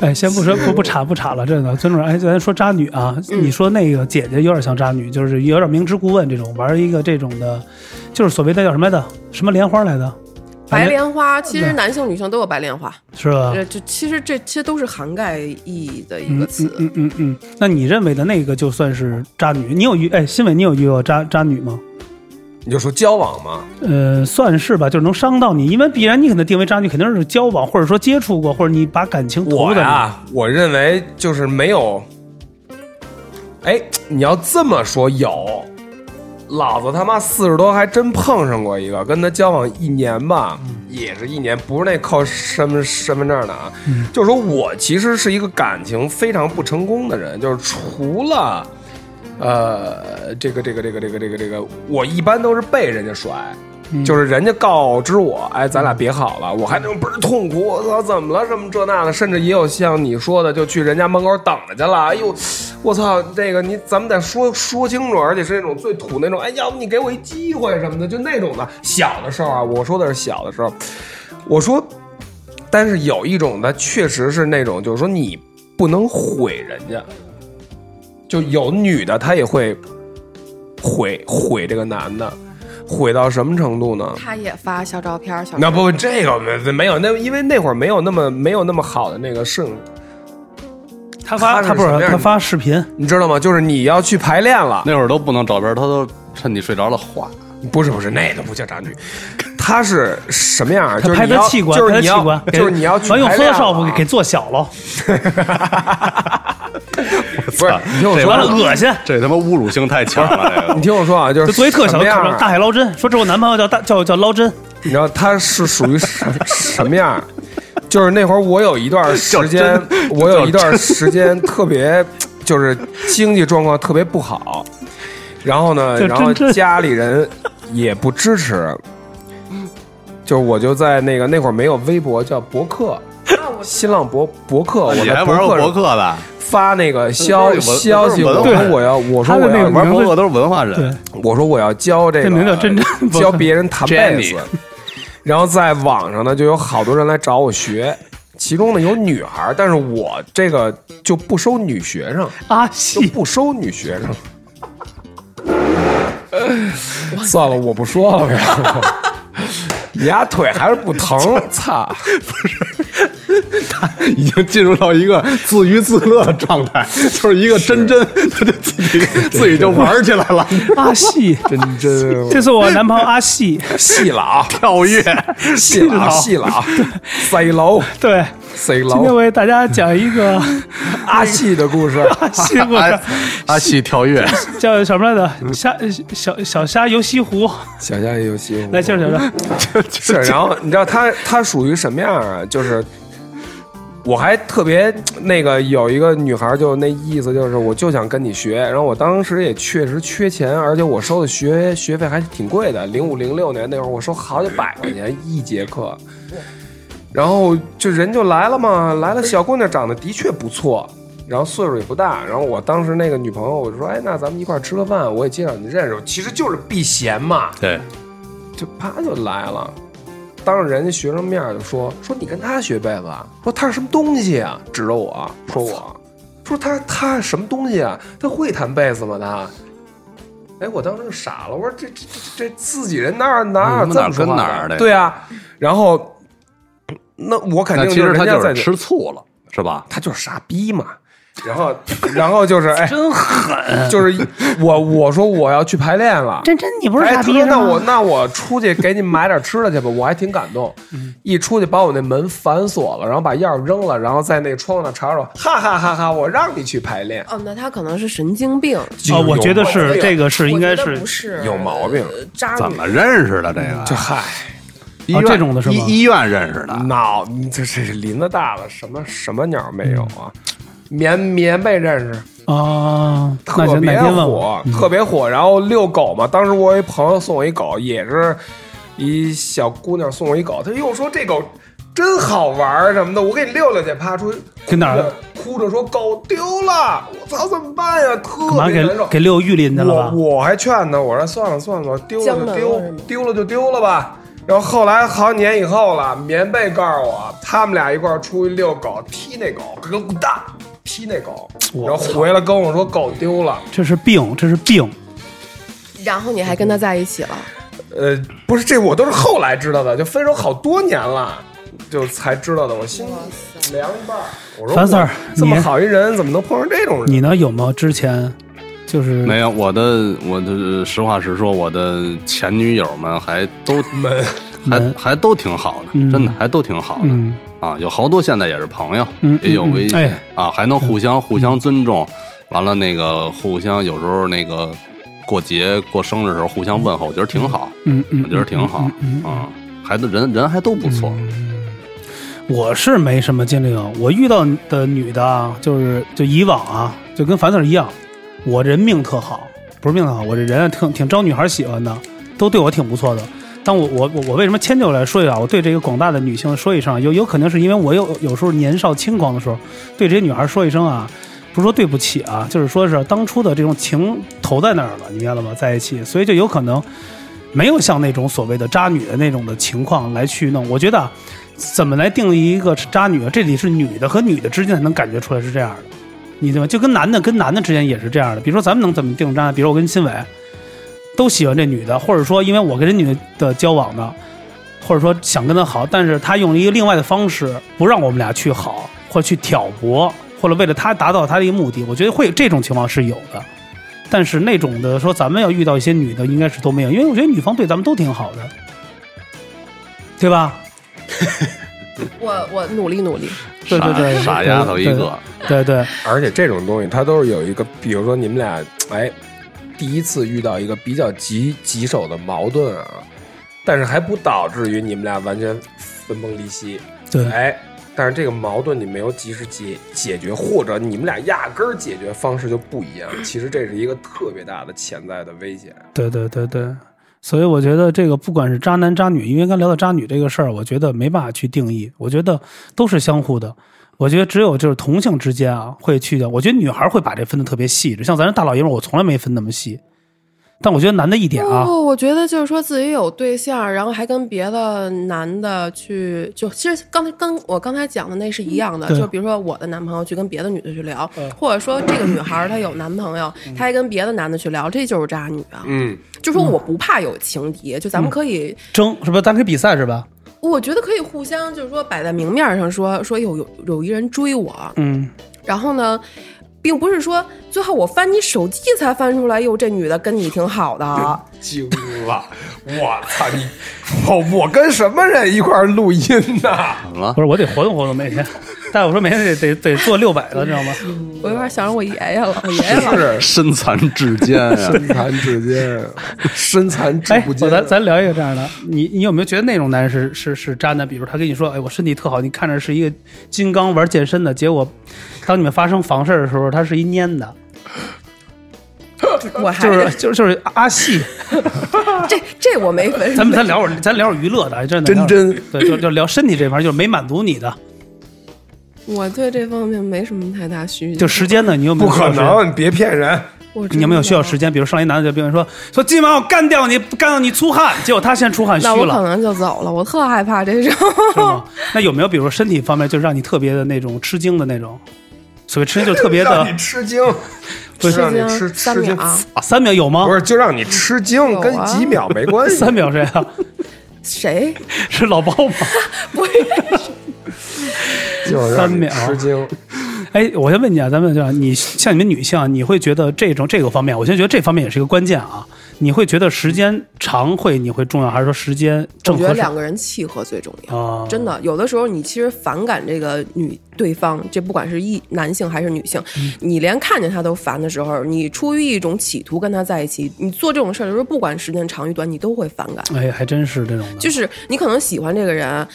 [SPEAKER 2] 哎，先不说不不查不查了，这个尊重。哎，咱说渣女啊，你说那个姐姐有点像渣女，就是有点明知故问这种，玩一个这种的，就是所谓的叫什么来的，什么莲花来的，
[SPEAKER 4] 白莲花，其实男性女性都有白莲花，
[SPEAKER 2] 是吧？
[SPEAKER 4] 呃，这其实这其实都是涵盖意义的一个词。
[SPEAKER 2] 啊嗯嗯嗯，那你认为的那个就算是渣女？你有遇哎，新伟，你有遇到渣渣女吗？
[SPEAKER 3] 你就说交往嘛，
[SPEAKER 2] 呃，算是吧，就是能伤到你，因为必然你可能定为渣女，肯定是交往或者说接触过，或者你把感情投
[SPEAKER 3] 我
[SPEAKER 2] 入
[SPEAKER 3] 呀、
[SPEAKER 2] 在
[SPEAKER 3] 我认为就是没有。哎，你要这么说有，老子他妈四十多还真碰上过一个，跟他交往一年吧，也是一年，不是那靠身份身份证的啊，就是说我其实是一个感情非常不成功的人，就是除了。呃，这个这个这个这个这个这个，我一般都是被人家甩，就是人家告知我，哎，咱俩别好了，我还能倍儿痛苦，我操，怎么了？什么这那的，甚至也有像你说的，就去人家门口等着去了。哎呦，我操，这个你咱们得说说清楚，而且是那种最土那种，哎，要不你给我一机会什么的，就那种的。小的时候啊，我说的是小的时候，我说，但是有一种的确实是那种，就是说你不能毁人家，就有女的她也会毁毁这个男的，毁到什么程度呢？
[SPEAKER 4] 他也发小照片儿，小
[SPEAKER 3] 那不，这个没没有，那因为那会儿没有那么没有那么好的那个摄影，
[SPEAKER 2] 里。他发
[SPEAKER 3] 他是
[SPEAKER 2] 他不
[SPEAKER 3] 什么
[SPEAKER 2] 是
[SPEAKER 3] 样
[SPEAKER 2] 他
[SPEAKER 3] 的
[SPEAKER 2] 发视频，
[SPEAKER 3] 你知道吗？就是你要去排练了，
[SPEAKER 5] 那会儿都不能找边，他都趁你睡着了画。
[SPEAKER 3] 不是不是，那个不叫渣女，她是什么样啊？
[SPEAKER 2] 他
[SPEAKER 3] 就是
[SPEAKER 2] 拍
[SPEAKER 3] 你
[SPEAKER 2] 他
[SPEAKER 3] 要，
[SPEAKER 2] 器官，
[SPEAKER 3] 就
[SPEAKER 2] 拍
[SPEAKER 3] 是
[SPEAKER 2] 他
[SPEAKER 3] 你
[SPEAKER 2] 器
[SPEAKER 3] 要
[SPEAKER 2] 官，，哎
[SPEAKER 3] 就是你要去
[SPEAKER 2] 完用
[SPEAKER 3] 排练了
[SPEAKER 2] Photoshop 给给做小了，
[SPEAKER 3] 不是，你听我
[SPEAKER 5] 这
[SPEAKER 3] 说
[SPEAKER 2] 完
[SPEAKER 5] 玩
[SPEAKER 2] 了
[SPEAKER 5] 意
[SPEAKER 3] 啊，
[SPEAKER 2] 恶心。
[SPEAKER 5] 这他妈侮辱性太强了，这
[SPEAKER 3] 你
[SPEAKER 5] 个
[SPEAKER 3] 听我说啊，就是
[SPEAKER 2] 就作为特小
[SPEAKER 3] 什么
[SPEAKER 2] 的
[SPEAKER 3] 样
[SPEAKER 2] 看着
[SPEAKER 3] 啊
[SPEAKER 2] 大海捞针，说这我男朋友叫大叫叫捞针，
[SPEAKER 3] (laughs) 你知道他是属于什什么样儿？ (laughs) 就是那会儿我有一段时间，我有一段时间特别，就是经济状况特别不好，然后呢，
[SPEAKER 2] 这
[SPEAKER 3] 然后
[SPEAKER 2] 真真
[SPEAKER 3] 家里人也不支持，就是我就在那个那会儿没有微博，叫博客，新浪博博客，我
[SPEAKER 5] (laughs) 啊你
[SPEAKER 3] 在
[SPEAKER 5] 还玩过
[SPEAKER 3] 博
[SPEAKER 5] 博
[SPEAKER 3] 客
[SPEAKER 5] 客的？
[SPEAKER 3] 发那个消
[SPEAKER 5] 那是文
[SPEAKER 3] 消息，
[SPEAKER 5] 那
[SPEAKER 3] 我
[SPEAKER 5] 是
[SPEAKER 3] 说
[SPEAKER 5] 文化
[SPEAKER 3] 我要，我说
[SPEAKER 2] 他的
[SPEAKER 3] 我
[SPEAKER 2] 那
[SPEAKER 3] 要
[SPEAKER 2] 个
[SPEAKER 5] 玩博
[SPEAKER 2] 名字
[SPEAKER 5] 客都是文化
[SPEAKER 2] 对
[SPEAKER 5] 人，，
[SPEAKER 3] 我说我要教这个，
[SPEAKER 2] 这名叫
[SPEAKER 3] (laughs)
[SPEAKER 2] 真真博客
[SPEAKER 3] 教别人弹贝斯
[SPEAKER 5] Jenny，
[SPEAKER 3] 然后在网上呢就有好多人来找我学，其中呢有女孩儿，但是我这个就不收女
[SPEAKER 2] (laughs)
[SPEAKER 3] 学生，
[SPEAKER 2] 阿
[SPEAKER 3] 就
[SPEAKER 2] 西
[SPEAKER 3] 不收女学生。 (laughs) 算了，我不说 (laughs) 了呗。你丫腿还是不疼，操！
[SPEAKER 5] 他已经进入到一个自娱自乐的状态，就是一个真真，他就自己自己就玩起来了，
[SPEAKER 2] 阿啊细，
[SPEAKER 3] 真真
[SPEAKER 2] (laughs) 这是我男朋友阿细， (laughs)
[SPEAKER 3] 细了啊，
[SPEAKER 5] 跳跃。
[SPEAKER 3] 细了啊，细
[SPEAKER 2] (laughs)
[SPEAKER 3] 了啊，塞楼
[SPEAKER 2] 对。
[SPEAKER 3] 塞
[SPEAKER 2] 今天
[SPEAKER 3] 楼，
[SPEAKER 2] 我给大家讲一 (laughs) 个
[SPEAKER 3] 阿细的故事， (laughs)
[SPEAKER 2] 阿细故
[SPEAKER 5] 阿
[SPEAKER 2] 事，
[SPEAKER 5] 阿细
[SPEAKER 2] (laughs)
[SPEAKER 5] 跳跃，
[SPEAKER 2] 叫什么来着？虾小小虾游西湖，
[SPEAKER 3] 想象游戏
[SPEAKER 2] 来，接着讲。
[SPEAKER 3] (laughs) 是，然后你知道他他属于什么样啊？就是我还特别那个有一个女孩，就那意思就是我就想跟你学，然后我当时也确实缺钱，而且我收的学学费还挺贵的，零五零六年那会儿我收好几百块钱一节课，然后就人就来了嘛，来了小姑娘长得的确不错。然后岁数也不大，然后我当时那个女朋友，我就说，哎，那咱们一块儿吃个饭，我也介绍你认识，其实就是避嫌嘛。
[SPEAKER 5] 对，
[SPEAKER 3] 就啪就来了，当着人家学生面儿就说说你跟他学被子啊，说他是什么东西啊？指着我说我，说他他什么东西啊？他会弹贝斯吗？他？哎，我当时就傻了，我说这这这这自己人哪儿哪儿
[SPEAKER 5] 嗯
[SPEAKER 3] 这么说话
[SPEAKER 5] 哪儿跟哪儿的呀
[SPEAKER 3] 对啊，然后那我肯
[SPEAKER 5] 那
[SPEAKER 3] 定
[SPEAKER 5] 其
[SPEAKER 3] 就是
[SPEAKER 5] 实他
[SPEAKER 3] 人家
[SPEAKER 5] 就
[SPEAKER 3] 在
[SPEAKER 5] 是吃醋了，是吧？
[SPEAKER 3] 他就是傻逼嘛。然后，然后就是哎，真狠！就是我我说我要去排练了，
[SPEAKER 2] 真真，你不是
[SPEAKER 3] 哎，
[SPEAKER 2] 傻
[SPEAKER 3] 他
[SPEAKER 2] 逼
[SPEAKER 3] 说
[SPEAKER 2] 是
[SPEAKER 3] 那我
[SPEAKER 2] 吗？
[SPEAKER 3] 那我出去给你买点吃的去吧，我还挺感动。
[SPEAKER 2] 嗯
[SPEAKER 3] 一出去把我那门反锁了，然后把钥匙扔了，然后在那个窗户上查查，哈哈哈哈！我让你去排练，
[SPEAKER 4] 哦，那他可能是神经病，
[SPEAKER 2] 啊，我觉得
[SPEAKER 3] 有毛
[SPEAKER 2] 是
[SPEAKER 3] 病
[SPEAKER 2] 这个是应该
[SPEAKER 4] 我觉得
[SPEAKER 2] 是
[SPEAKER 4] 不是
[SPEAKER 3] 有毛病
[SPEAKER 4] 呃渣
[SPEAKER 5] 怎
[SPEAKER 4] 女
[SPEAKER 5] 么认识的这个？
[SPEAKER 3] 就嗨，
[SPEAKER 5] 医院
[SPEAKER 2] 哦这种的是吗嗯
[SPEAKER 5] 医医院认识的，
[SPEAKER 3] 脑你这这林子大了，什么什么鸟没有啊？棉棉被认识，
[SPEAKER 2] 啊，那
[SPEAKER 3] 特
[SPEAKER 2] 行哪
[SPEAKER 3] 别
[SPEAKER 2] 天问
[SPEAKER 3] 火
[SPEAKER 2] 我，。嗯
[SPEAKER 3] 特别火。然后遛狗嘛，当时我有一朋友送我一狗，也是一小姑娘送我一狗，她又说这狗真好玩儿什么的，我给你遛遛去，趴出去
[SPEAKER 2] 跟哪儿了
[SPEAKER 3] 哭着说狗丢了，我操，怎么办呀？特
[SPEAKER 2] 干嘛
[SPEAKER 3] 别
[SPEAKER 2] 给
[SPEAKER 3] 难受。
[SPEAKER 2] 给六玉林去了
[SPEAKER 3] 我
[SPEAKER 2] 吧？
[SPEAKER 3] 我还劝他，我说算了算了，丢了
[SPEAKER 4] 江
[SPEAKER 3] 就
[SPEAKER 4] 南
[SPEAKER 3] 丢
[SPEAKER 4] 了是吗，
[SPEAKER 3] 丢了就丢了吧。然后后来好几年以后了，棉被告诉我，他们俩一块儿出去遛狗，踢那狗，给我滚蛋，踢那狗，然后回来跟我说狗丢了。
[SPEAKER 2] 这是病，这是病。
[SPEAKER 4] 然后你还跟他在一起了，
[SPEAKER 3] 呃，不是，这我都是后来知道的，就分手好多年了，就才知道的。我心里凉一半儿。我说
[SPEAKER 2] 樊 Sir，
[SPEAKER 3] 我这么
[SPEAKER 2] 你
[SPEAKER 3] 好一人，怎么能碰上这种人？
[SPEAKER 2] 你呢？有吗？之前就是
[SPEAKER 5] 没有我的我的实话实说，我的前女友们还都
[SPEAKER 3] (laughs) 们
[SPEAKER 5] 还
[SPEAKER 2] 嗯
[SPEAKER 5] 还都挺好的，
[SPEAKER 2] 嗯
[SPEAKER 5] 真的还都挺好的、
[SPEAKER 2] 嗯
[SPEAKER 5] 啊，有好多现在也是朋友，
[SPEAKER 2] 嗯
[SPEAKER 5] 也有
[SPEAKER 2] 嗯嗯
[SPEAKER 5] 微信、
[SPEAKER 2] 哎
[SPEAKER 5] 啊，还能互相、互相尊重，完了那个互相有时候那个过节过生日的时候互相问候，我觉得挺好，
[SPEAKER 2] 嗯嗯，
[SPEAKER 5] 我觉得挺好，
[SPEAKER 2] 嗯嗯嗯
[SPEAKER 5] 啊，还都人人还都不错，
[SPEAKER 2] 我是没什么经历啊，我遇到的女的啊，就是就以往啊，就跟樊 Sir 一样，我人命特好，不是命特好，我这人啊挺挺招女孩喜欢的，都对我挺不错的。但我我我我为什么迁就来说一下？我对这个广大的女性说一声啊，有有可能是因为我有有时候年少轻狂的时候，对这些女孩说一声啊，不是说对不起啊，就是说是当初的这种情投在那儿了，你明白了吗？在一起，所以就有可能没有像那种所谓的渣女的那种的情况来去弄。我觉得啊，怎么来定义一个渣女啊？这里是女的和女的之间才能感觉出来是这样的，你对吗？就跟男的跟男的之间也是这样的。比如说咱们能怎么定渣？比如我跟新伟都喜欢这女的，或者说因为我跟这女的交往呢，或者说想跟她好，但是她用了一个另外的方式不让我们俩去好，或者去挑拨，或者为了她达到她的一个目的，我觉得会有这种情况是有的。但是那种的说，咱们要遇到一些女的，应该是都没有，因为我觉得女方对咱们都挺好的，对吧？
[SPEAKER 4] 我我努力努力，
[SPEAKER 2] 对对对，
[SPEAKER 5] 傻傻丫头一个，
[SPEAKER 2] 对对，
[SPEAKER 3] 而且这种东西，它都是有一个，比如说你们俩，哎，第一次遇到一个比较棘棘手的矛盾啊，但是还不导致于你们俩完全分崩离析。
[SPEAKER 2] 对
[SPEAKER 3] 哎，但是这个矛盾你没有及时解解决，或者你们俩压根儿解决方式就不一样，其实这是一个特别大的潜在的危险。
[SPEAKER 2] 对对对对，所以我觉得这个不管是渣男渣女，因为刚聊到渣女这个事儿，我觉得没办法去定义，我觉得都是相互的。我觉得只有就是同性之间啊，会去的。我觉得女孩会把这分的特别细致，像咱这大老爷们儿，我从来没分那么细。但我觉得男的一点啊，
[SPEAKER 4] 不，我觉得就是说自己有对象，然后还跟别的男的去，就其实刚才跟我刚才讲的那是一样的，
[SPEAKER 2] 嗯对嗯
[SPEAKER 4] 就比如说我的男朋友去跟别的女的去聊，或者说这个女孩儿她有男朋友，她还跟别的男的去聊，这就是渣女啊。
[SPEAKER 3] 嗯，
[SPEAKER 2] 嗯
[SPEAKER 4] 就说我不怕有情敌，就咱们可以，
[SPEAKER 2] 争是吧？咱可以比赛是吧？
[SPEAKER 4] 我觉得可以互相就是说摆在明面上说说有有有一人追我，
[SPEAKER 2] 嗯，
[SPEAKER 4] 然后呢，并不是说最后我翻你手机才翻出来，哟，这女的跟你挺好的啊，
[SPEAKER 2] 嗯
[SPEAKER 3] 惊了！我操 (laughs) 你！我我跟什么人一块儿录音 (laughs) 呢、
[SPEAKER 5] 怎么了
[SPEAKER 2] 不？是我得活动活动每天。 (laughs) 大夫说每天得得得做六百个，知道吗？
[SPEAKER 4] 我有点想着我爷
[SPEAKER 2] (laughs)
[SPEAKER 4] 爷了，我爷爷老
[SPEAKER 3] 是
[SPEAKER 5] (laughs) 身残志坚啊呀、
[SPEAKER 3] 身残志坚，身残志
[SPEAKER 2] 哎
[SPEAKER 3] 不，
[SPEAKER 2] 我
[SPEAKER 3] 坚。
[SPEAKER 2] 咱咱聊一个这样的，你你有没有觉得那种男人是是是渣男？比如他跟你说，哎，我身体特好，你看着是一个金刚玩健身的，结果当你们发生房事儿的时候，他是一蔫的，
[SPEAKER 4] 我还
[SPEAKER 2] 就是就是就是阿细。
[SPEAKER 4] 这这我没分，
[SPEAKER 2] 咱们咱聊会儿，咱聊会儿娱乐的，哎真的
[SPEAKER 3] 真真
[SPEAKER 2] 对，就就聊身体这方面，就是没满足你的，
[SPEAKER 4] 我对这方面没什么太大需求，
[SPEAKER 2] 就时间呢，你有没
[SPEAKER 3] 不
[SPEAKER 2] 有需
[SPEAKER 3] 可
[SPEAKER 2] 要时间？
[SPEAKER 3] 能，你别骗人。
[SPEAKER 4] 我真
[SPEAKER 2] 你有没有需要
[SPEAKER 4] 的
[SPEAKER 2] 时间？比如上一男的就病人说说今晚我干掉你，干掉你出汗，结果他先出汗虚
[SPEAKER 4] 那我可
[SPEAKER 2] 了，
[SPEAKER 4] 能就走了，我特害怕这种。
[SPEAKER 2] 是吗？那有没有比如说身体方面就让你特别的那种吃惊的那种？所谓吃惊就 (laughs) 特别
[SPEAKER 3] 让你
[SPEAKER 2] 的
[SPEAKER 3] 吃惊，
[SPEAKER 2] (laughs) 不
[SPEAKER 3] 是让你吃
[SPEAKER 4] 三
[SPEAKER 3] 吃惊，
[SPEAKER 4] 秒，
[SPEAKER 2] 啊三秒有吗
[SPEAKER 3] (laughs) 不？是就让你吃惊，
[SPEAKER 4] 啊
[SPEAKER 3] 跟几秒没关系。
[SPEAKER 2] (laughs) 三秒谁啊？
[SPEAKER 4] 谁？ (laughs)
[SPEAKER 2] 是老包吗？
[SPEAKER 4] 不是
[SPEAKER 3] 就是让你吃惊，
[SPEAKER 2] 哎，我先问你啊，咱们就你像你们女性啊，你会觉得这种这个方面，我先觉得这方面也是一个关键啊。你会觉得时间长会你会重要，还是说时间
[SPEAKER 4] 我
[SPEAKER 2] 正
[SPEAKER 4] 觉得
[SPEAKER 2] 合适
[SPEAKER 4] 两个人契合最重要。
[SPEAKER 2] 啊？
[SPEAKER 4] 真的，有的时候你其实反感这个女对方，这不管是一男性还是女性，
[SPEAKER 2] 嗯
[SPEAKER 4] 你连看见他都烦的时候，你出于一种企图跟他在一起，你做这种事儿的时候，不管时间长与短，你都会反感。
[SPEAKER 2] 哎，还真是这种的。
[SPEAKER 4] 就是你可能喜欢这个人，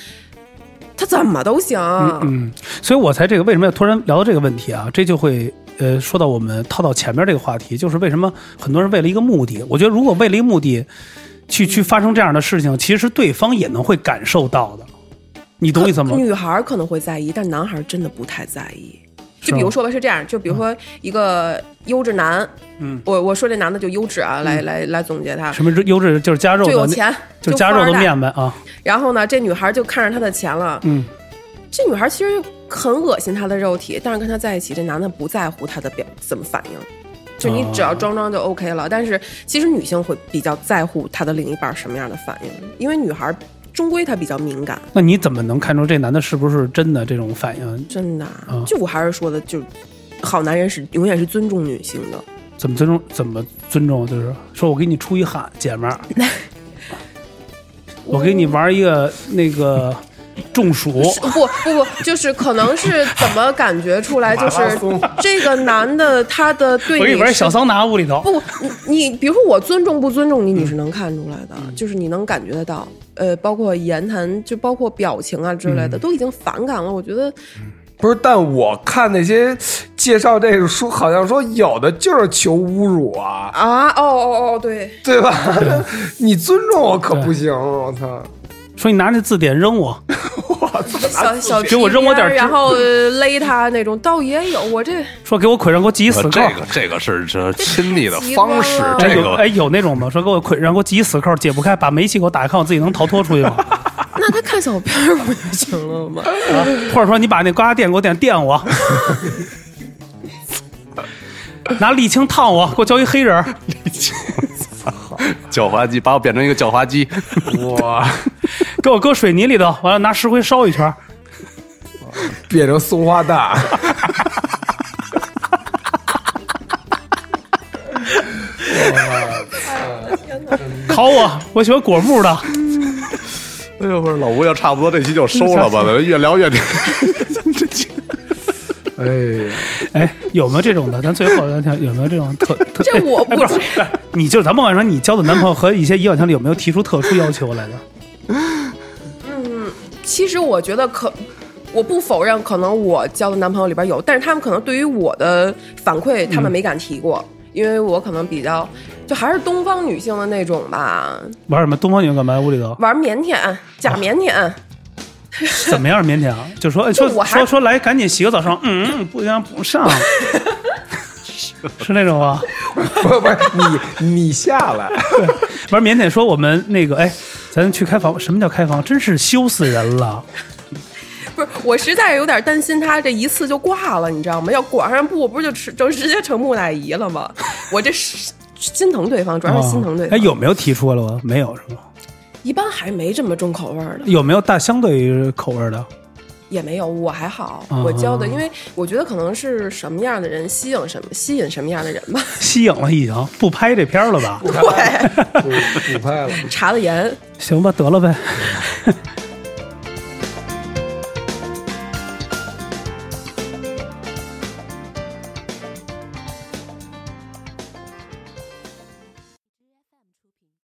[SPEAKER 4] 他怎么都行，
[SPEAKER 2] 嗯，所以我才这个为什么要突然聊到这个问题啊？这就会呃说到我们套到前面这个话题，就是为什么很多人为了一个目的，我觉得如果为了一个目的去去发生这样的事情，其实对方也能会感受到的，你懂我意思吗？
[SPEAKER 4] 女孩儿可能会在意，但男孩儿真的不太在意。
[SPEAKER 2] 是
[SPEAKER 4] 就
[SPEAKER 2] 吗
[SPEAKER 4] 比如说吧，是这样，就比如说一个优质男，
[SPEAKER 2] 嗯，
[SPEAKER 4] 我我说这男的就优质啊，来来来总结他，
[SPEAKER 2] 什么优质嗯就是加肉
[SPEAKER 4] 啊就有
[SPEAKER 2] 的，
[SPEAKER 4] 钱，
[SPEAKER 2] 就
[SPEAKER 4] 就
[SPEAKER 2] 加肉
[SPEAKER 4] 富
[SPEAKER 2] 的
[SPEAKER 4] 二代。
[SPEAKER 2] 面呗啊，
[SPEAKER 4] 然后呢，这女孩儿就看上他的钱了，
[SPEAKER 2] 嗯，
[SPEAKER 4] 这女孩儿其实很恶心他的肉体，但是跟他在一起，这男的不在乎他的表怎么反应。就你只要装装就 OK 了，但是其实女性会比较在乎她的另一半儿什么样的反应，因为女孩儿终归她比较敏感，
[SPEAKER 2] 那你怎么能看出这男的是不是真的这种反应？
[SPEAKER 4] 真的啊，
[SPEAKER 2] 嗯
[SPEAKER 4] 就我还是说的，就是好男人是永远是尊重女性的。
[SPEAKER 2] 怎么尊重？怎么尊重？就是说我给你出一汗，姐们
[SPEAKER 4] (laughs)
[SPEAKER 2] 儿，我给你玩一个那
[SPEAKER 4] (laughs)
[SPEAKER 2] 个中暑。
[SPEAKER 4] 不不不，就是可能是怎么感觉出来，就是这个男的他的对
[SPEAKER 2] 我给
[SPEAKER 4] 你
[SPEAKER 2] 你玩
[SPEAKER 4] 是
[SPEAKER 2] 小桑拿屋里头，
[SPEAKER 4] 不，你你比如说我尊重不尊重你，你是能看出来的，就是你能感觉得到。呃，包括言谈，就包括表情啊之类的，都已经反感了。我觉得
[SPEAKER 3] 不是？但我看那些介绍这个书，好像说有的就是求侮辱啊，
[SPEAKER 4] 啊，哦哦哦，对，
[SPEAKER 3] 对吧？ (laughs) 你尊重我可不行，我操！
[SPEAKER 2] 说你拿那字典扔我，
[SPEAKER 4] 小小
[SPEAKER 2] 给我
[SPEAKER 4] 屁
[SPEAKER 2] 扔我
[SPEAKER 4] 颠儿
[SPEAKER 2] 点儿
[SPEAKER 4] 然
[SPEAKER 2] 汁
[SPEAKER 4] 后呃
[SPEAKER 2] (laughs)
[SPEAKER 4] 勒他那种，倒也有。我这
[SPEAKER 2] 说给我捆上，给我挤一死
[SPEAKER 5] 呃这
[SPEAKER 2] 扣。
[SPEAKER 5] 个这个是这亲密的方式，
[SPEAKER 4] 太
[SPEAKER 2] 哎
[SPEAKER 5] 这
[SPEAKER 2] 有
[SPEAKER 5] 个
[SPEAKER 2] 哎有那种吗？说给我捆上，给我挤一死扣，解不开，把煤气给我打开，看我自己能逃脱出去吗？
[SPEAKER 4] (laughs) 那他看小片儿不就行了吗？
[SPEAKER 2] 啊或者说你把那高压电给我电电我，拿沥青烫我，给我浇一黑人儿。
[SPEAKER 5] 叫花鸡把我变成一个叫花鸡，
[SPEAKER 3] 我 (laughs)
[SPEAKER 2] 给我搁水泥里头，完了拿石灰烧一圈儿。
[SPEAKER 3] 变成松花蛋。
[SPEAKER 2] 烤我，我喜欢果木的。
[SPEAKER 5] 哎呦，不是老吴要差不多这期就收了吧，咱们越聊越
[SPEAKER 3] 哎呀，
[SPEAKER 2] 哎，有没有这种的？咱最后咱看有没有这种特特？
[SPEAKER 4] (laughs) 这 (laughs) 我不知
[SPEAKER 2] 你就咱甭管说你交的男朋友和一些以往经历有没有提出特殊要求来的？
[SPEAKER 4] 其实我觉得可，我不否认，可能我交的男朋友里边有，但是他们可能对于我的反馈，他们没敢提过，因为我可能比较，就还是东方女性的那种吧，
[SPEAKER 2] 玩什么东方女干嘛？屋里头
[SPEAKER 4] 玩腼腆，假腼腆，
[SPEAKER 2] 怎么样腼腆啊？
[SPEAKER 4] (laughs)
[SPEAKER 2] 就说哎说
[SPEAKER 4] 就我还
[SPEAKER 2] 说说来，赶紧洗个澡上，嗯，不行不
[SPEAKER 4] (laughs)
[SPEAKER 2] 上，是那种啊？
[SPEAKER 3] (laughs) 不不是你你下来， (laughs)
[SPEAKER 2] 玩腼腆说我们那个哎，咱去开房，什么叫开房？真是羞死人了。
[SPEAKER 4] 不是，我实在是有点担心他这一次就挂了，你知道吗？要裹上布，不就直就直接成木乃伊了吗？我这是心疼对方，主要是心疼对
[SPEAKER 2] 哎，
[SPEAKER 4] 方。
[SPEAKER 2] 有没有提出来了？没有是吗？
[SPEAKER 4] 一般还没这么重口味儿的，
[SPEAKER 2] 有没有大相对于口味的？
[SPEAKER 4] 也没有，我还好，
[SPEAKER 2] 啊
[SPEAKER 4] 我教的，因为我觉得可能是什么样的人吸引什么吸引什么样的人吧。 (laughs)
[SPEAKER 2] 吸引了已经不拍这片儿了吧？
[SPEAKER 3] 对，不不拍了。
[SPEAKER 4] 查的严，
[SPEAKER 2] 行吧，得了呗。